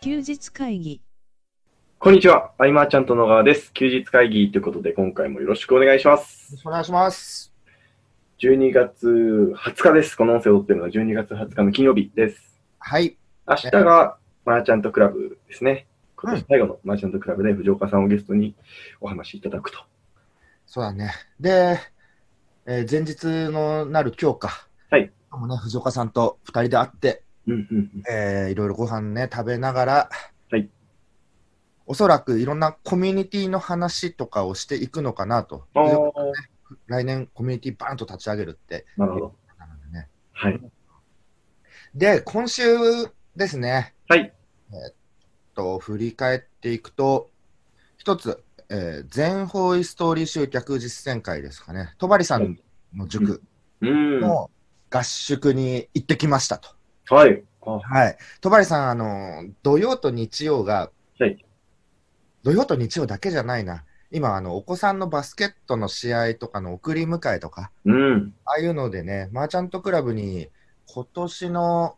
休日会議こんにちは。アイマーちゃんと野川です。休日会議ということで、今回もよろしくお願いしまよろす。しくお願いします。 12月20日です。この音声を撮ってるのは12月20日の金曜日です。はい。明日がマーチャントクラブですね。今年最後のマーチャントクラブで藤岡さんをゲストにお話しいただくと。そうだね。で、えー前日のなる今日か。はい。もね、藤岡さんと二人で会って、うんうんうん。えーいろいろご飯ね、食べながら、はい。おそらくいろんなコミュニティの話とかをしていくのかなと。あ藤岡ー来年コミュニティバーンと立ち上げるって。なるほど。なのでね。はい。で、今週ですね。はい。と振り返っていくと、一つ、えー全方位ストーリー集客実践会ですかね、戸張さんの塾うん。はの合宿に行ってきましたと。い。あはい。戸張さん、あの、土曜と日曜が、はい土曜と日曜だけじゃないな。今、あの、お子さんのバスケットの試合とかの送り迎えとか、うん。ああいうのでね、マーチャントクラブに今年の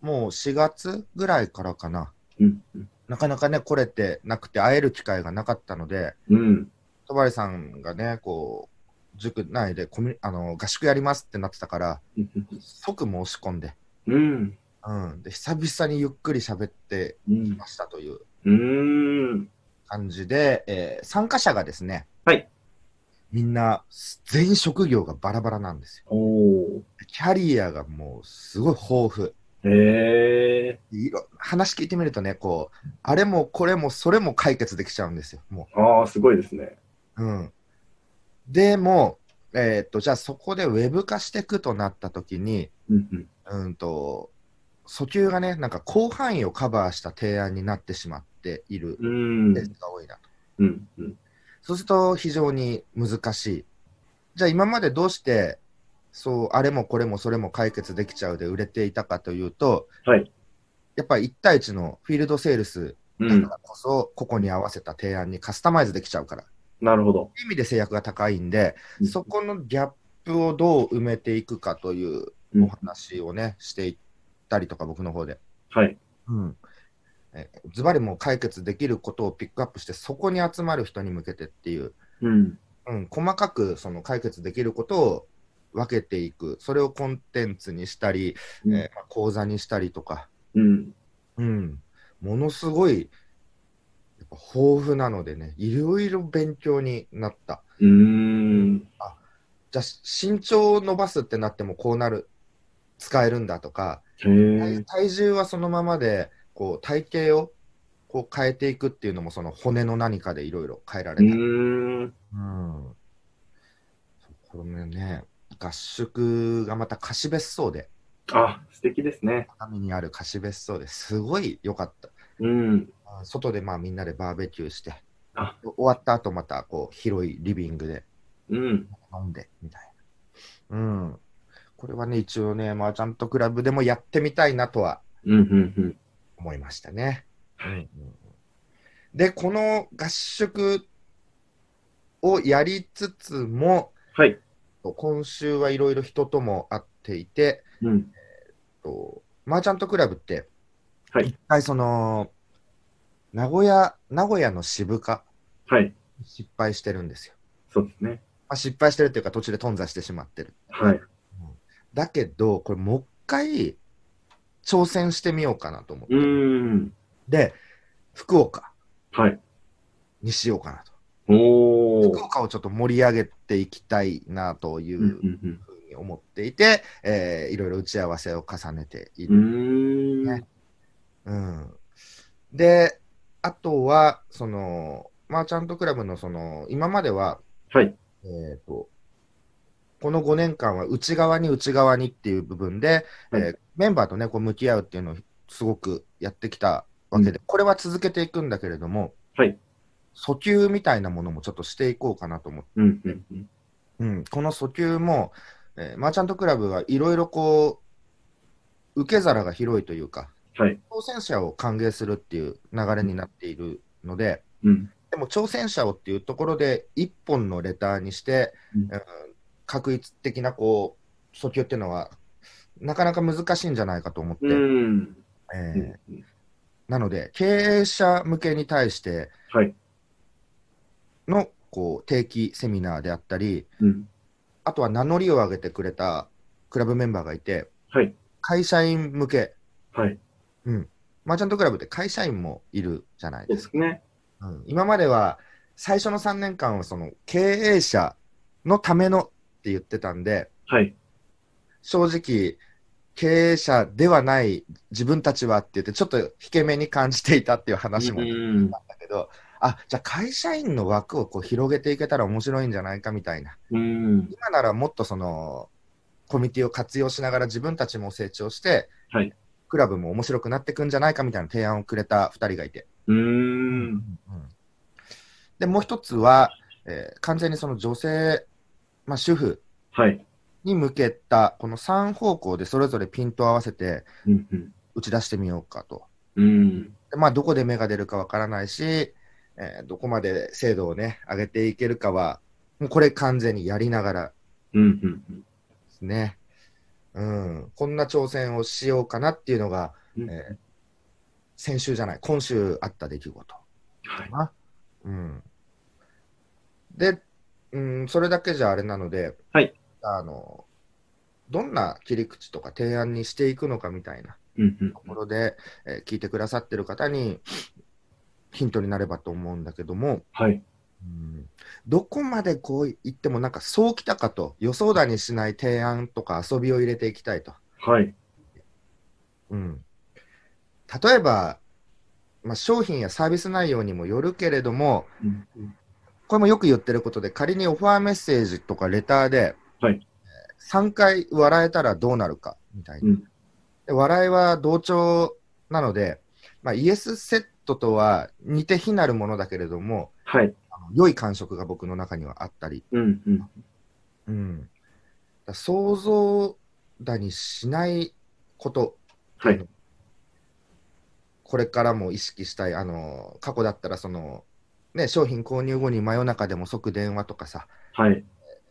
もう4月ぐらいからかな、うん。うんなかなかね、来れてなくて、会える機会がなかったので、うん。戸張さんがね、こう、塾内でコミュあの合宿やりますってなってたから、うん即申し込んで、うん。うん、で久々にゆっくり喋ってうんましたといううん。感じで、えー参加者がですね、はいみんな、全員職業がバラバラなんですよ。おお。キャリアがもう、すごい豊富。へえ。いろ話聞いてみるとね、こう、あれもこれもそれも解決できちゃうんですよ、もう。ああ、すごいですね。うん、でも、えーっとじゃあそこでウェブ化していくとなった時にうんうん。うんと訴求がねなんか広範囲をカバーした提案になってしまっているうん。ケースが多いなと、うん。うん。そうすると非常に難しいじゃあ今までどうしてそうあれもこれもそれも解決できちゃうで売れていたかというと、はいやっぱり1対1のフィールドセールスうだんか。らこそ、個々に合わせた提案にカスタマイズできちゃうからなるほど。意味で制約が高いんで、そこのギャップをどう埋めていくかといううんお話をね、していったりとか、僕の方で。はい。うんえズバリもう解決できることをピックアップして、そこに集まる人に向けてっていう、うん。うん、細かくその解決できることを分けていく、それをコンテンツにしたり、うんえーまあ講座にしたりとか、うん。うん、ものすごいやっぱ豊富なのでね、いろいろ勉強になった。うーん。じゃあ身長を伸ばすってなってもこうなる使えるんだとか、へえ体。体重はそのままでこう体型をこう変えていくっていうのもその骨の何かでいろいろ変えらうれたり、ーん。うんそうこれもね合宿がまた貸別荘であ、素敵ですね。熱海にある貸別荘ですごい良かったうん。あ外でまあみんなでバーベキューしてあ終わった後またこう広いリビングでうん。飲んでみたいな。うん。これはね、一応ね、マーチャントクラブでもやってみたいなとはうん。うん。うん。思いましたね。はい。で、この合宿をやりつつも、はい。今週はいろいろ人とも会っていて、うん。とマーチャントクラブって、はい一回その、名古屋、名古屋の支部化、はい。失敗してるんですよ。そうですね。まあ、失敗してるっていうか、途中で頓挫してしまってる。はい。だけど、これもう一回挑戦してみようかなと思って。うーん。で、福岡はい。にしようかなと。お福ー。岡をちょっと盛り上げていきたいなといううん。うん。ふうに思っていて、えーいろいろ打ち合わせを重ねていうる。ん。うーん。うんで、あとは、その、マーチャントクラブのその、今までは、はい。えーと、この5年間は内側に内側にっていう部分で、はいえーメンバーとね、こう向き合うっていうのをすごくやってきたわけで、これは続けていくんだけれども、はい訴求みたいなものもちょっとしていこうかなと思って、うん。うん。うん。うん、この訴求も、えーマーチャントクラブはいろいろこう、受け皿が広いというか、はい。挑戦者を歓迎するっていう流れになっているので、うん。でも挑戦者をっていうところで一本のレターにして、うんうん確一的なこう訴求っていうのはなかなか難しいんじゃないかと思って、うん。えーうんなので、経営者向けに対してはい。のこう定期セミナーであったり、うん。あとは名乗りを上げてくれたクラブメンバーがいて、はい。会社員向け、はい。マーチャントクラブって会社員もいるじゃないそうでですか。すね。うん今までは最初の3年間はその経営者のためのって言ってたんで、はい。正直、経営者ではない自分たちはって言って、ちょっと引け目に感じていたっていう話もあっうん。たけど、あじゃあ会社員の枠をこう広げていけたら面白いんじゃないかみたいな。うん。今ならもっとそのコミュニティを活用しながら自分たちも成長して、はいクラブも面白くなってくんじゃないかみたいな提案をくれた2人がいて、うん。でもう一つは、えー完全にその女性、まあ、主婦はい。に向けたこの3方向でそれぞれピントを合わせてうん。うん打ち出してみようかと。うん。でまあ、どこで芽が出るかわからないし、えーどこまで精度をね、上げていけるかは、もうこれ完全にやりながらうん。うん。うんですね。うん、こんな挑戦をしようかなっていうのが、うんえー先週じゃない、今週あった出来事。はい。うん、で、うん、それだけじゃあれなので、はいあの、どんな切り口とか提案にしていくのかみたいなうん。うんところで、えー聞いてくださってる方にヒントになればと思うんだけども、はい。うんどこまでこう言ってもなんかそうきたかと予想だにしない提案とか遊びを入れていきたいと。はい。うん、例えば、まあ、商品やサービス内容にもよるけれどもうんうんこれもよく言ってることで仮にオファーメッセージとかレターで、はいえー3回笑えたらどうなるかみたいな。うんで笑いは同調なので、まあ、イエスセットとは似て非なるものだけれどもはい。あの良い感触が僕の中にはあったりうん。うん。うん、だから想像だにしないこと、はい。これからも意識したい、あの過去だったらその、ね、商品購入後に真夜中でも即電話とかさ、はい。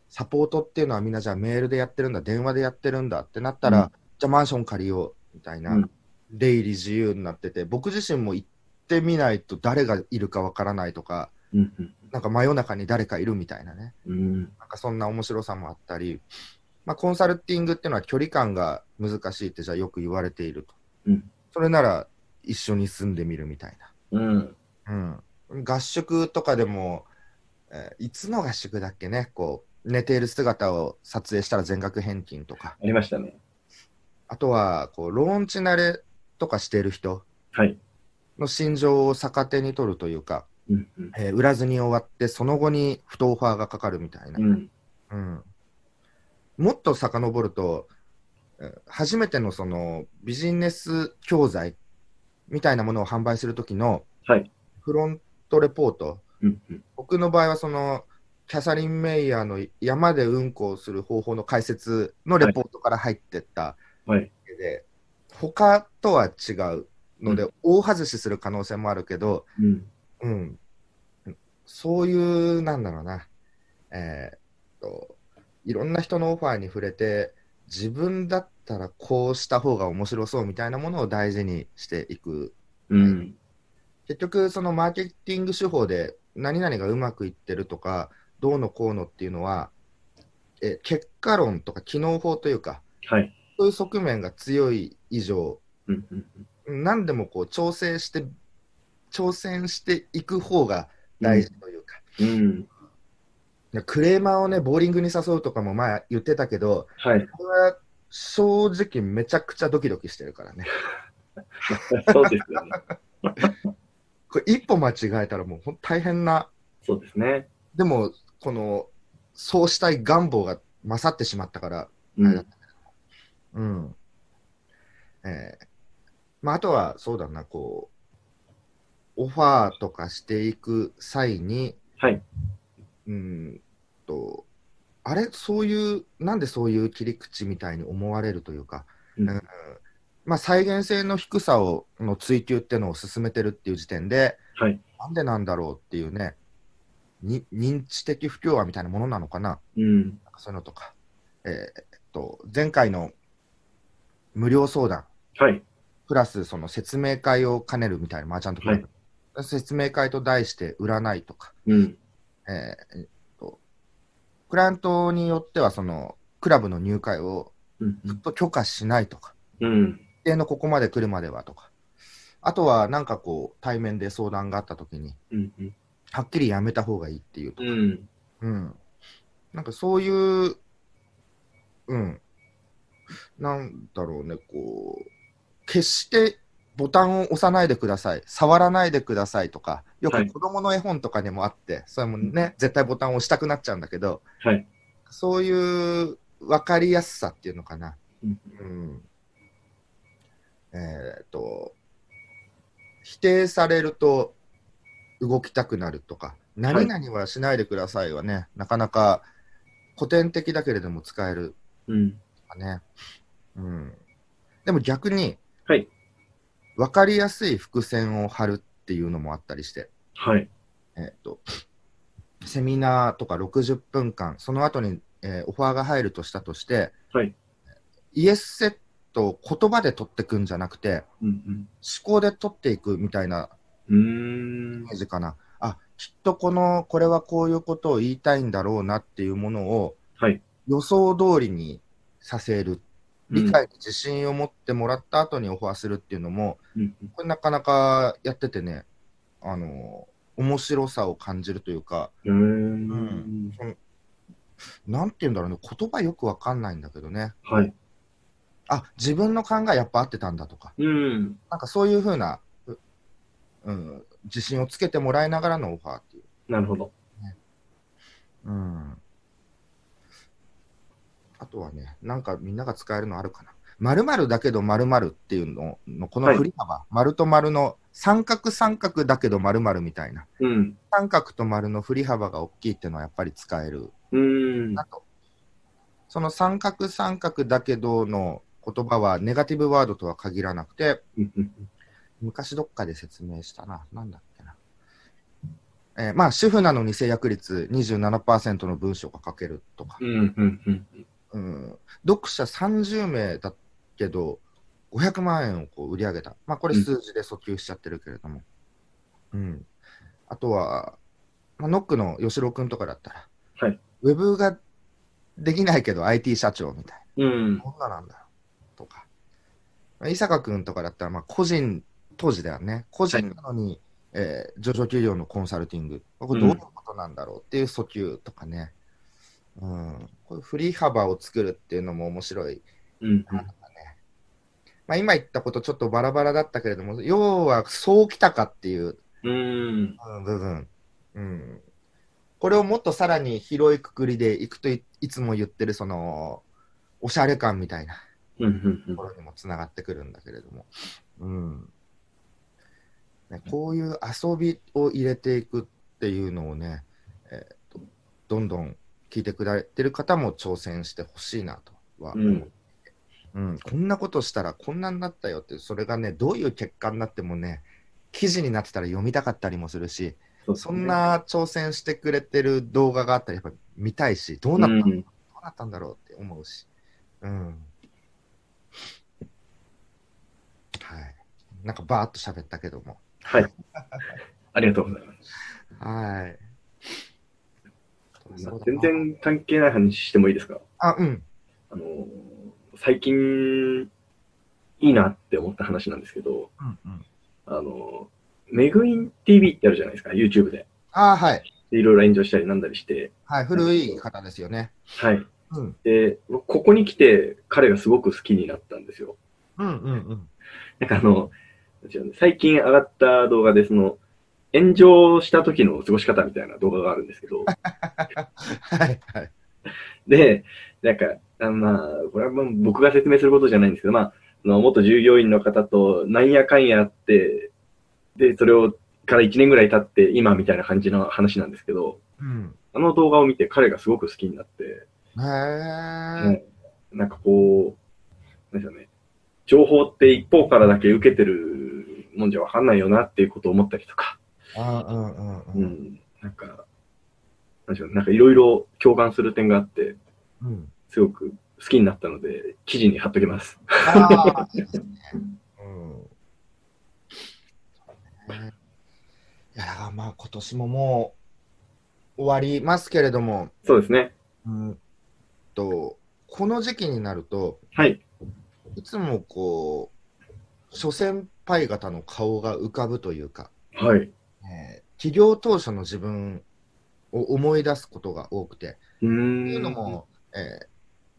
サポートっていうのはみんなじゃあメールでやってるんだ、電話でやってるんだってなったら、うんじゃあマンション借りようみたいな、うん出入り自由になってて、僕自身も行ってみないと誰がいるかわからないとか、うん。うんなんか真夜中に誰かいるみたいなね。うん。なんかそんな面白さもあったり、まあ、コンサルティングっていうのは距離感が難しいってじゃあよく言われていると。うんそれなら一緒に住んでみるみたいうん。な。うん、合宿とかでも、えーいつの合宿だっけね、こう寝ている姿を撮影したら全額返金とか、ありましたね。あとはこうローンチ慣れとかしている人はい。の心情を逆手に取るというか、うん。うんえー売らずに終わって、その後に不当ファーがかかるみたいな。うん。うんもっと遡ると、えー初めてのそのビジネス教材みたいなものを販売するときのはいフロントレポート、うん。うん僕の場合はそのキャサリン・メイヤーの山で運行する方法の解説のレポートから入ってったはい。わけで、他とは違うので、大外しする可能性もあるけど、うん。うん、そういう、なんだろうな、えーっと、いろんな人のオファーに触れて、自分だったらこうした方が面白そうみたいなものを大事にしていく。うん。結局、そのマーケティング手法で何々がうまくいってるとか、どうのこうのっていうのは、え結果論とか機能法というか、はい。そういう側面が強い以上、うん。うん。何でもこう調整して、挑戦していく方が大事というか、うん。クレーマーをね、ボーリングに誘うとかも前言ってたけど、はい。これは正直めちゃくちゃドキドキしてるからね。そうですよね。これ一歩間違えたらもうほん大変な、そうですね。でも、この、そうしたい願望が勝ってしまったから、うあれだっんた。けどうん。えーまあ、あとは、そうだな、こう、オファーとかしていく際に、はい。うーんと、あれ、そういう、なんでそういう切り口みたいに思われるというか、うんうんまあ、再現性の低さをの追求っていうのを進めてるっていう時点で、はい。なんでなんだろうっていうね、に認知的不協和みたいなものなのかな、うん。なんかそういうのとか。えーえっと、前回の無料相談はい。プラスその説明会を兼ねるみたいなマーチャントクラブ、説明会と題して占いとか、うん。えーえっと、クライアントによってはそのクラブの入会をうん。ずっと許可しないとか、うん。一定のここまで来るまではとか、あとはなんかこう対面で相談があったときに、うん。うんはっきりやめた方がいいっていうとうか、ん。うん、なんかそういう、うん、なんだろうね、こう、決してボタンを押さないでください、触らないでくださいとか、よはくい子供の絵本とかにもあって、それもね、絶対ボタンを押したくなっちゃうんだけど、はいそういう分かりやすさっていうのかな。うんうんえーっと、否定されると動きたくなるとか、い何々はしないでくださいはね、なかなか古典的だけれども使えるうん。かね。うん、でも逆に、はい分かりやすい伏線を張るっていうのもあったりして、はい。えーっと、セミナーとか60分間、その後に、えーオファーが入るとしたとして、はいイエスセットを言葉で取ってくんじゃなくて、うん。思考で取っていくみたいなうん。うーんイメージかな。あきっとこのこれはこういうことを言いたいんだろうなっていうものをはい予想通りにさせる、うん理解に自信を持ってもらった後にオファーするっていうのも、うんうんこれなかなかやっててね、あの面白さを感じるというか、うーん。なんて言うんだろうね、言葉よくわかんないんだけどね、はい。あ自分の考えやっぱ合ってたんだとか、うん。なんかそういうふうな、ううん、自信をつけてもらいながらのオファーっていう。なるほど。うんあとはね、なんかみんなが使えるのあるかな。〇〇だけど〇〇っていうのの、この振り幅、丸と丸の三角三角だけど〇〇みたいな、うん。三角と丸の振り幅が大きいっていうのはやっぱり使えるうーんな。と。その三角三角だけどの言葉はネガティブワードとは限らなくて、うんうん昔どっかで説明したな。なんだっけな。えーまあ、主婦なのに制約率27%の文章が書けるとか、うんうんうんうん、読者30名だけど、500万円をこう売り上げた。まあ、これ数字で訴求しちゃってるけれども。うん。あとは、まあ、ノックの吉郎くんとかだったら、はいウェブができないけど IT 社長みたいうんな。どんななんだろうとか。まあ伊坂くんとかだったら、まあ、個人、当時だよね。個人なのに、えー上場企業のコンサルティング。これどういうことなんだろうっていう訴求とかね。うん。こういう振り幅を作るっていうのも面白い。うんまあ、今言ったことちょっとバラバラだったけれども、要はそうきたかっていううん。うん部分。うん。これをもっとさらに広いくくりでいくといいつも言ってるその、おしゃれ感みたいなうんうんうんところにもつながってくるんだけれども。うん。ね、こういう遊びを入れていくっていうのをね、えーとどんどん聞いてくれてる方も挑戦してほしいなとはう思う、ん。うん、こんなことしたらこんなになったよって、それがね、どういう結果になってもね、記事になってたら読みたかったりもするし、そうですそねんな挑戦してくれてる動画があったらやっぱ見たいし、どううなったの、どんうなったんだろうって思うし。うん。はい。なんかバーっと喋ったけども。はい。ありがとうございます。はい。全。然関係ない話してもいいですかあ、うん。あのー最近いいなって思った話なんですけど、うんうん、あのーメグイン TV ってあるじゃないですか、YouTube で。あはい。でいろいろ炎上したりなんだりして。はい。古い方ですよね。はい。うん。で、僕ここに来て彼がすごく好きになったんですよ。うんうんうん。なんかあの、なんていうの最近上がった動画で、その、炎上した時の過ごし方みたいな動画があるんです けど、はいはい。で、なんか、あのまあ、これはもう僕が説明することじゃないんですけど、まあ、あの元従業員の方となんやかんやあって、で、それを、から1年ぐらい経って、今みたいな感じの話なんですけど、うん。あの動画を見て彼がすごく好きになって、へうんえ。なんかこう、なんですよね、情報って一方からだけ受けてるもんじゃわかんないよなっていうことを思ったりとか、あうんうんう。うんん、なんか、なんでしょう、なんかいろいろ共感する点があって、うん。すごく好きになったので、記事に貼っときます。ああ、いいですね。うん。ねいや、だからまあ今年ももう終わりますけれども、そうですね。うんと、この時期になると、はい。いつもこう、諸先輩方の顔が浮かぶというか、はい。えー起業当初の自分を思い出すことが多くて、うーん。というのも、えー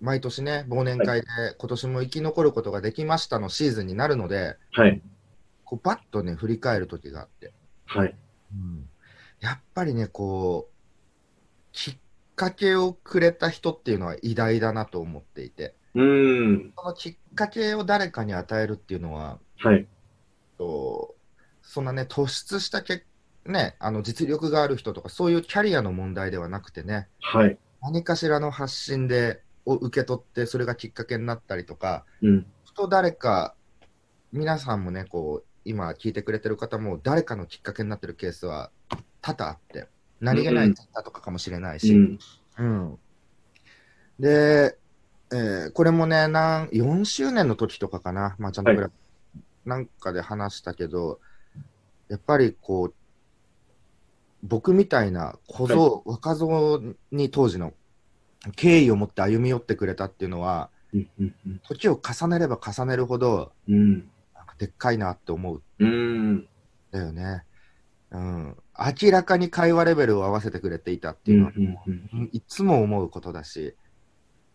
毎年ね、忘年会で今年も生き残ることができましたのシーズンになるので、はい。こうバッとね、振り返る時があって、はい。うんやっぱりね、こう、きっかけをくれた人っていうのは偉大だなと思っていて、うーん。そのきっかけを誰かに与えるっていうのは、はい。とそんなね、突出したけ、ね、あの実力がある人とか、そういうキャリアの問題ではなくてね、はい。何かしらの発信でを受け取って、それがきっかけになったりとか、うん。ふと誰か、皆さんもね、こう、今聞いてくれてる方も、誰かのきっかけになってるケースは多々あって、何気なうんいだとかかもしれないうし、ん。うんで、えーこれもねなん、4周年の時とかかな、まあ、ちゃんとはいグラなんかで話したけど、やっぱりこう、僕みたいな小僧、若造に当時の敬意を持って歩み寄ってくれたっていうのは、うん。うん時を重ねれば重ねるほど、うん。なんかでっかいなって思ううん。だよね。うん、明らかに会話レベルを合わせてくれていたっていうのは、うんいつも思うことだし、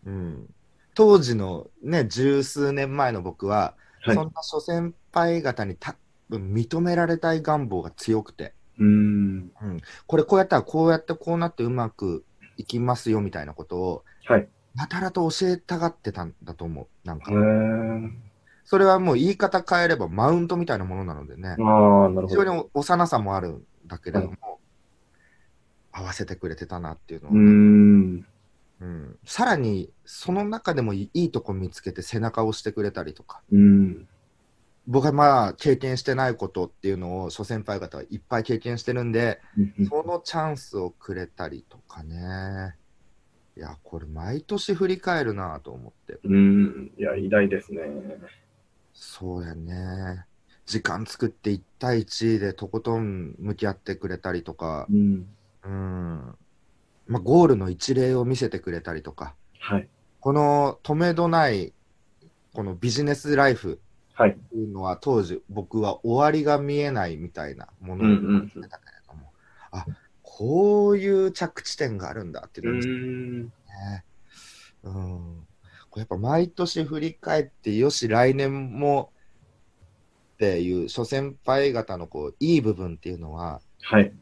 うん、当時のね、十数年前の僕は、はいそんな諸先輩方に多分認められたい願望が強くて、うん。これこうやったらこうやってこうなってうまくいきますよみたいなことを、はいやたらと教えたがってたんだと思う。なんうか、ーん。それはもう言い方変えればマウントみたいなものなのでね、ああ、なる非ほ常ど。に幼さもあるんだけれども、合わせてくれてたなっていうのはうーん。うん、さらにその中でもいいいとこ見つけて背中を押してくれたりとかうん。僕はまあ経験してないことっていうのを諸先輩方はいっぱい経験してるんでうんそのチャンスをくれたりとかねいやこれ毎年振り返るなと思ってうん。いや、偉大ですね。そうやね時間作って1対1でとことん向き合ってくれたりとかうん。うん、まあ、ゴールの一例を見せてくれたりとかはい。この止めどないこのビジネスライフはい。っていうのは当時僕は終わりが見えないみたいなもうんのうんうんだけれども、あこういう着地点があるんだっていううのですね。ん。うんこれやっぱ毎年振り返ってよし来年もっていう諸先輩方のこういい部分っていうのははい。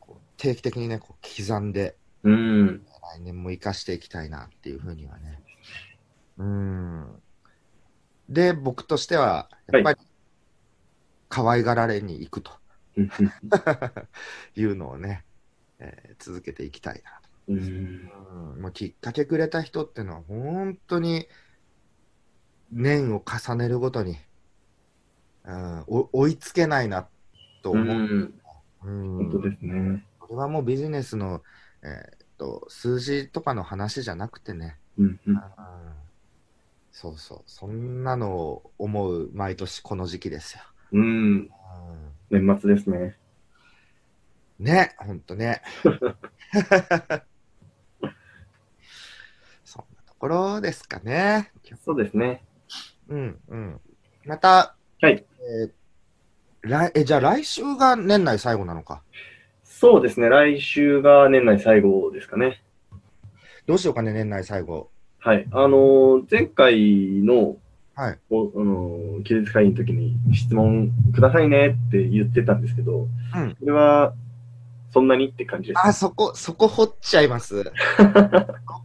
こう定期的にねこう刻んでうん。来年も生かしていきたいなっていうふうにはね。うん。で、僕としては、やっぱり、可愛がられに行くと うん。いうのをね、えー続けていきたいなうん。と。うん、もうきっかけくれた人ってのは、本当に、年を重ねるごとに、うん、お追いつけないなとう思う。ん。うん本当ですね。これはもうビジネスの、えーっと数字とかの話じゃなくてね、うん。うん。そうそう、そんなのを思う毎年この時期ですよ。うん。年末ですね。ね、ほんとね。そんなところですかね。そうですね。うんうん。また、はいえー来えじゃあ来週が年内最後なのか。そうですね。来週が年内最後ですかね。どうしようかね、年内最後。はい。あのー前回の、はい。おあのー、休日会議の時に質問くださいねって言ってたんですけど、うん。それは、そんなにって感じです。あ、そこ、そこ掘っちゃ います。そ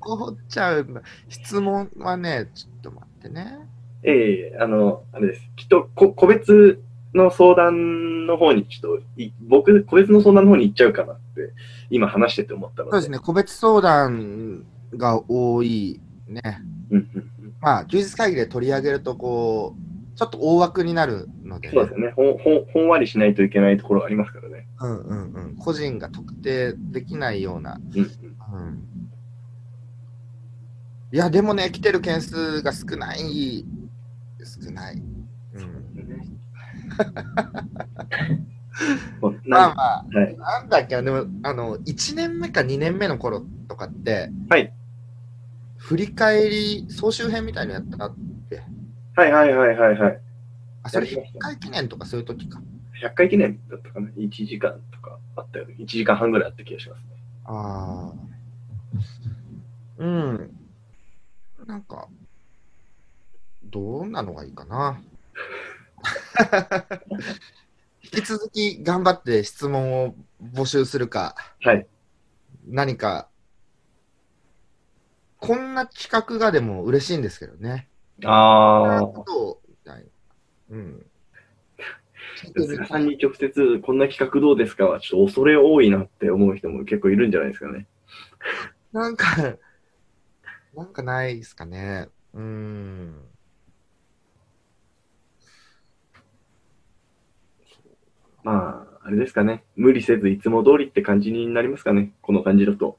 こ掘っちゃうんだ。質問はね、ちょっと待ってね。ええあの、あれです。きっと、こ、個別の相談の方に、ちょっと、い僕、個別の相談の方に行っちゃうかなって、今話してて思ったので。そうですね、個別相談が多いね。うんうんうん。まあ、休日会議で取り上げると、こう、ちょっと大枠になるので、そうですよねほんほん。ほんわりしないといけないところがありますからね。うんうんうん、個人が特定できないような。うんうん。うん、いや、でもね、来てる件数が少ない、 少ない。うん、こうまなあまあ、はいなんだっけな、でも、あの、1年目か2年目の頃とかって、はい。振り返り、総集編みたいなのやったって、はいはいはいはいはい。あ、それやりま100回記念とかそういう時か。 100回記念だったかな ?1 時間とかあったよね。1時間半ぐらいあった気がしますね。ああ。うん。なんか、どんなのがいいかな。 引き続き頑張って質問を募集するか、はい。何か、こんな企画がでも嬉しいんですけどね。こんなあこ。とをみたいなうん。菅さんに直接こんな企画どうですかはちょっと恐れ多いなって思う人も結構いるんじゃないですかね。なんか、 なんかないですかね。うーん。まあ、あれですかね。無理せずいつも通りって感じになりますかね。この感じだと。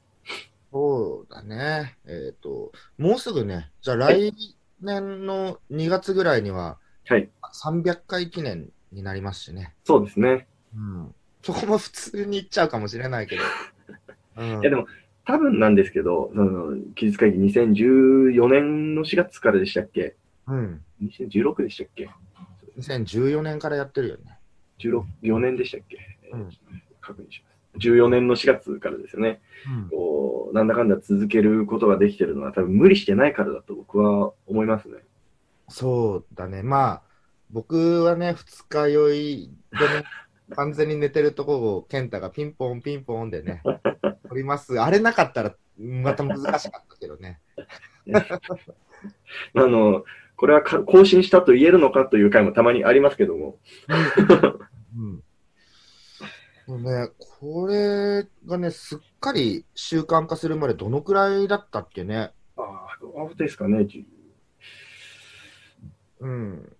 そうだね。えっ、と、もうすぐね、じゃあ来年の2月ぐらいには、はい。 300回記念になりますしね。そうですね。うん。そこも普通に行っちゃうかもしれな いけど。うんいやでも、多分なんですけど、その、記述会議2014年の4月からでしたっけうん。 ?2016 でしたっけ2014年からやってるよね。 16 4年でしたっけ、うん確認します。14年の4月からですよね。こう、なんだかんだ続けることができてるのは多分無理してないからだと僕は思いますね。そうだね。まあ、僕はね、二日酔いでね、 完全に寝てるところを健太がピンポンピンポン でね、取ります。あれなかったら、また難しかったけどね。あの、これはか更新したと言えるのかという回もたまにありますけども。うん。もうね、これがね、すっかり習慣化するまでどのくらいだったっけね。ああ、そうですかね。じうん。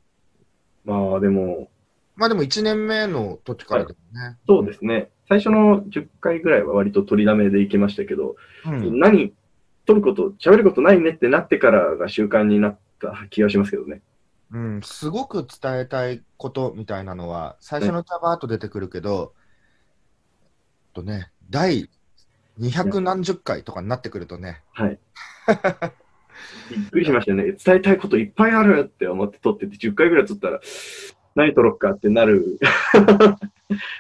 まあでも、まあでも1年目の時からだよね。そうですね。最初の10回ぐらいは割と取りだめでいきましたけど、うん。何、取ること、喋ることないねってなってからが習慣になった気がしますけどね。うん、すごく伝えたいことみたいなのは、最初のチャバーと出てくるけど、えっとね、第200何十回とかになってくるとね、はい。びっくりしましたね。伝えたいこといっぱいあるって思って撮ってて、10回ぐらい撮ったら、何撮ろっかってなる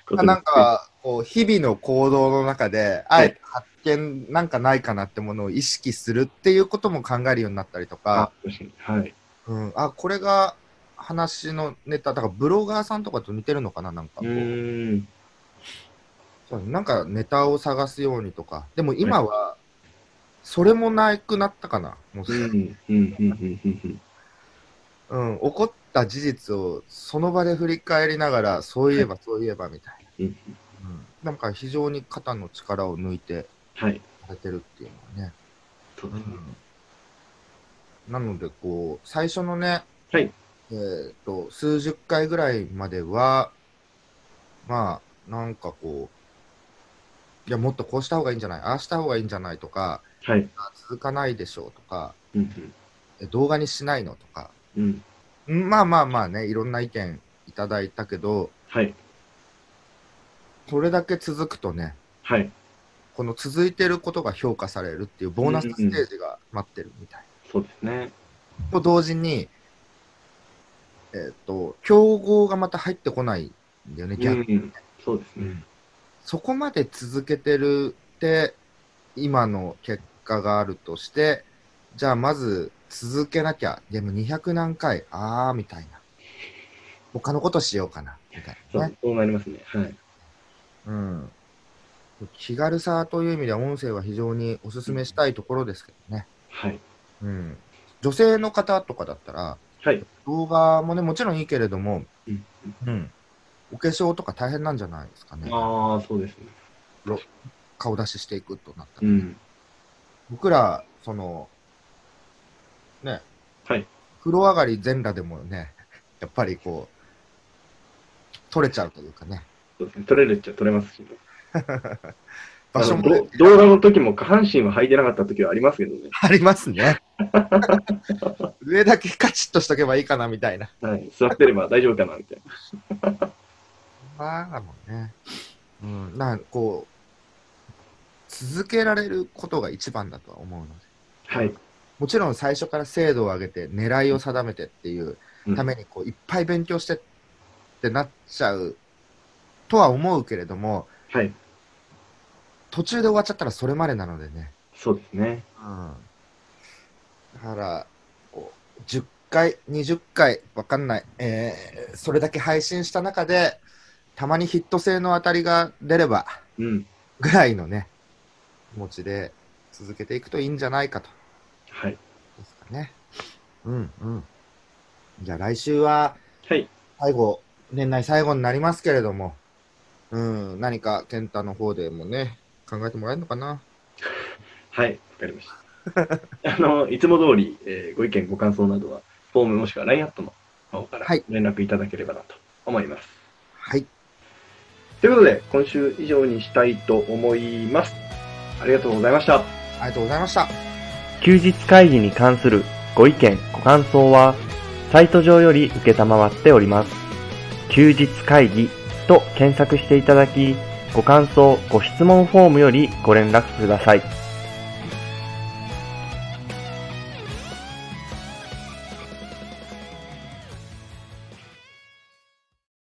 ことになんかこう日々の行動の中で、あえて発見なんかないかなってものを意識するっていうことも考えるようになったりとあか、確かにはい。うん、あこれが話のネタ、だからブロガーさんとかと似てるのかな、なんかこうう。ーん。そうなんかネタを探すようにとか、でも今は、それもなくなったかな、もううすぐん。うん。うん。うんうん。うん。うん、起こった事実をその場で振り返りながら、そういえばそういえばみたいな、ううんんなんか非常に肩の力を抜いてはい。されてるっていうのはね、そうですねなので、こう、最初のね、はいえーと、数十回ぐらいまでは、まあ、なんかこう、いや、もっとこうした方がいいんじゃない、ああした方がいいんじゃないとか、はい。あ続かないでしょうとか、うん。え動画にしないのとか、うんうん。んまあまあまあね、いろんな意見いただいたけど、はい。それだけ続くとね、はい。この続いてることが評価されるっていうボーナスステージが待ってるみたいそうですね。な。と同時に、えっ、と、競合がまた入ってこないんだよね、う逆に。ん。そうですね。そこまで続けてるって、今の結果があるとして、じゃあまず続けなきゃ、でも200何回、あーみたいな。他のことしようかな、みたいそなねう。そうなりますね。はい。うん、気軽さという意味では音声は非常におすすめしたいところですけどね、はい。うん、女性の方とかだったらはい。動画もねもちろんいいけれども、うんうん、お化粧とか大変なんじゃないですかねああ、そうですね。顔出ししていくとなったうら、ん。僕らそのねはい風呂上がり全裸でもねやっぱりこう取れちゃうというかねそうですね。取れるっちゃ取れますしね。場所あのもど動画の時も下半身は履いてなかった時はありますけどね。ありま すね。上だけカチッとしとけばいいかなみたいな。はい。座ってれば大丈夫かなみたいな。バーだもんね。うん、なんかこう、続けられることが一番だとは思うので。はい。もちろん最初から精度を上げて、狙いを定めてっていううんためにこう、いっぱい勉強してってなっちゃうとは思うけれども、はい。途中で終わっちゃったらそれまでなのでね。そうですね。だから、こう10回、20回、わかんない、えーそれだけ配信した中で、たまにヒット性の当たりが出れば、うん。ぐらいのね、気持ちで続けていくといいんじゃないかと。はい。ですかね。うんうん。じゃあ来週は、はい。最後、年内最後になりますけれども、うん、何か健太の方でもね、考えてもらえるのかな。はい。わかりま した。あの、いつも通り、えーご意見、ご感想などは、フォームもしくは LINE アットの方からはい連絡いただければなと思います。はい。ということで、今週以上にしたいと思います。ありがとうございました。ありがとうございました。休日会議に関するご意見、ご感想は、サイト上より受けたまわっております。休日会議と検索していただき、ご感想、ご質問フォームよりご連絡ください。